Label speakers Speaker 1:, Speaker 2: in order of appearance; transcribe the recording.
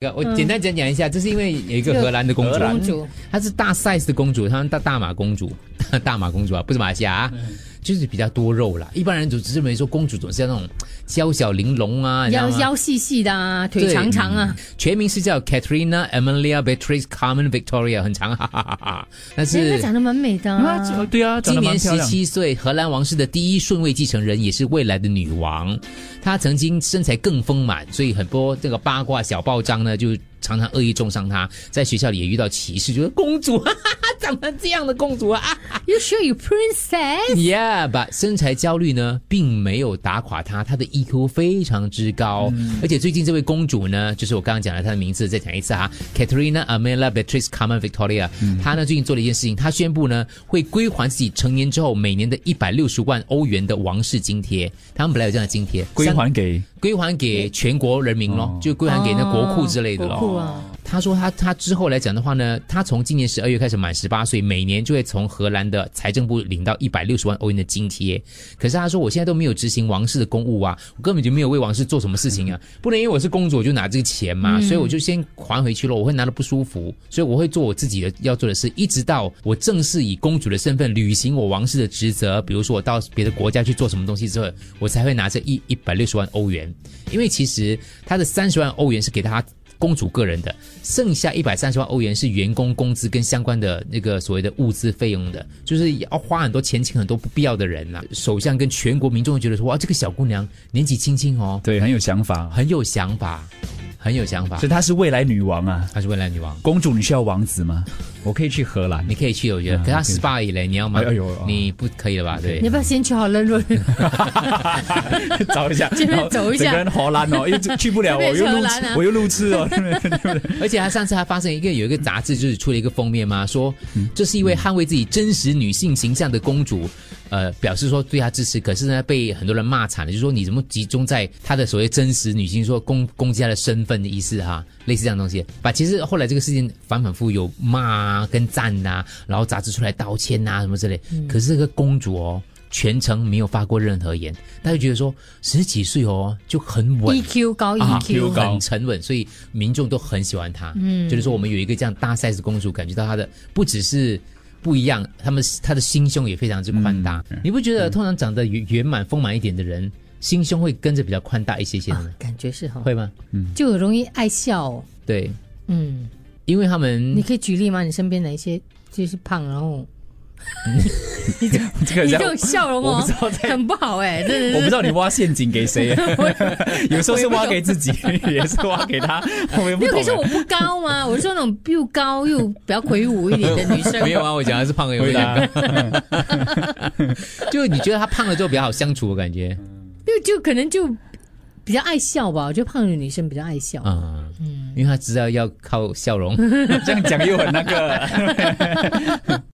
Speaker 1: 呃我简单讲讲一下，这是因为有一个荷兰的公主，啊
Speaker 2: 荷兰
Speaker 3: 公主，
Speaker 1: 她是大 size 的公主，她们大大马公主， 大大马公主啊，不是马来西亚、啊，就是比较多肉啦。一般人就只认为说公主总是要那种娇小玲珑啊，你知道
Speaker 3: 腰
Speaker 1: 吗
Speaker 3: 腰细细的啊，腿
Speaker 1: 对
Speaker 3: 长长啊，
Speaker 1: 全名是叫 Katrina Emilia Beatrice Carmen Victoria，很长， 哈哈哈哈。但
Speaker 3: 哎她
Speaker 1: 嗯是
Speaker 3: 长得蛮美的啊。
Speaker 2: 啊，对啊，
Speaker 1: 今
Speaker 2: 长得蛮
Speaker 1: 年
Speaker 2: 漂
Speaker 1: 十
Speaker 2: 亮。
Speaker 1: 七岁，荷兰王室的第一顺位继承人，也是未来的女王。她曾经身材更丰满，所以很多这个八卦小报章呢，就常常恶意中伤她。在学校里也遇到歧视，觉得公主 哈哈哈，长成这样的公主啊啊
Speaker 3: You sure you princess？
Speaker 1: ，Yeah，把身材焦虑呢，并没有打垮她，她的 EQ 非常之高。
Speaker 2: 嗯
Speaker 1: 而且最近这位公主呢，就是我刚刚讲了她的名字，再讲一次哈，Katerina Amelia Beatrice Carmen Victoria，、她
Speaker 2: 嗯
Speaker 1: 呢最近做了一件事情，她宣布呢会归还自己成年之后每年的一百六十万欧元的王室津贴，他们本来有这样的津贴，
Speaker 2: 归还哦给
Speaker 1: 归还给全国人民咯，就归还给那国库之类的咯。
Speaker 3: 哦国库啊，
Speaker 1: 他说他他之后来讲的话呢，他从今年十二月开始满十八岁，每年就会从荷兰的财政部领到一百六十万欧元的津贴。可是他说我现在都没有执行王室的公务啊，我根本就没有为王室做什么事情啊，不能因为我是公主我就拿这个钱嘛，所以我就先还回去了，我会拿的不舒服，所以我会做我自己的要做的事，一直到我正式以公主的身份履行我王室的职责，比如说我到别的国家去做什么东西之后，我才会拿这一一百六十万欧元，因为其实他的三十万欧元是给他。公主个人的，剩下一百三十万欧元是员工工资跟相关的那个所谓的物资费用的，就是要花很多钱请很多不必要的人呐、首相跟全国民众觉得说，哇，这个小姑娘年纪轻轻哦，
Speaker 2: 对，很有想法，
Speaker 1: 很有想法，很有想 法
Speaker 2: 所以。她是未来女王啊，
Speaker 1: 她是未来女王，
Speaker 2: 公主你需要王子吗？我可以去荷 兰
Speaker 1: 你，可以去，我觉得。可是她十八而已嘞，你要吗？
Speaker 2: 嗯哎呦哦
Speaker 1: 你不可以了吧？对
Speaker 3: 你。要不要先去好 了，润？
Speaker 2: 找一下，
Speaker 3: 这边
Speaker 2: 然后
Speaker 3: 走一下
Speaker 2: 整个人荷兰哦，又去不了，
Speaker 3: 这边
Speaker 2: 我又
Speaker 3: 是荷
Speaker 2: 路
Speaker 3: 兰啊
Speaker 2: 痴，我又路痴哦，
Speaker 1: 而且她上次还发生一个有一个杂志就是出了一个封面嘛，说嗯这是一位捍卫自己真实女性形象的公主，呃，表示说对她支持，可是呢被很多人骂惨了，就说你怎么集中在她的所谓真实女性，说攻攻击她的身份的意思哈、类似这样的东西。把其实后来这个事情反反复复有骂啊跟赞呐、然后杂志出来道歉呐、什么之类，可是这个公主哦。全程没有发过任何言，她就觉得说十几岁哦就很稳
Speaker 3: EQ ，E 高
Speaker 1: 啊
Speaker 3: EQ，
Speaker 2: 高
Speaker 1: 很沉稳，所以民众都很喜欢她。嗯，就是说我们有一个这样大 size 的公主，感觉到她的不只是不一样，他们她的心胸也非常之宽大。你不觉得通常长得圆圆满丰满一点的人，心胸会跟着比较宽大一些些的
Speaker 3: 啊
Speaker 1: 呢？
Speaker 3: 感觉是哈，
Speaker 1: 会吗？
Speaker 3: 就容易爱笑哦。
Speaker 1: 对，
Speaker 3: 嗯，
Speaker 1: 因为他们
Speaker 3: 你可以举例吗？你身边的一些就是胖，然后
Speaker 2: 这个
Speaker 3: 你这
Speaker 2: 让
Speaker 3: 种笑容
Speaker 2: 我
Speaker 3: 哦
Speaker 2: 不知道，在
Speaker 3: 很不好 哎，真的是
Speaker 2: 我不知道你挖陷阱给谁，啊 有时候是挖给自己， 也是挖给他，我也不
Speaker 3: 没有，可是
Speaker 2: 懂啊
Speaker 3: 我。不高 嘛，我是说那种又高又比较魁梧一点的女生。
Speaker 1: 没有啊，我讲的是胖而已，我
Speaker 2: 回
Speaker 1: 讲
Speaker 2: 答，
Speaker 1: 就你觉得她胖了之后比较好相处，我感觉
Speaker 3: 就就可能就比较爱笑吧，我觉得胖的女生比较爱笑。
Speaker 1: 啊，嗯，因为她知道要靠笑容。
Speaker 2: 这样讲又很那个。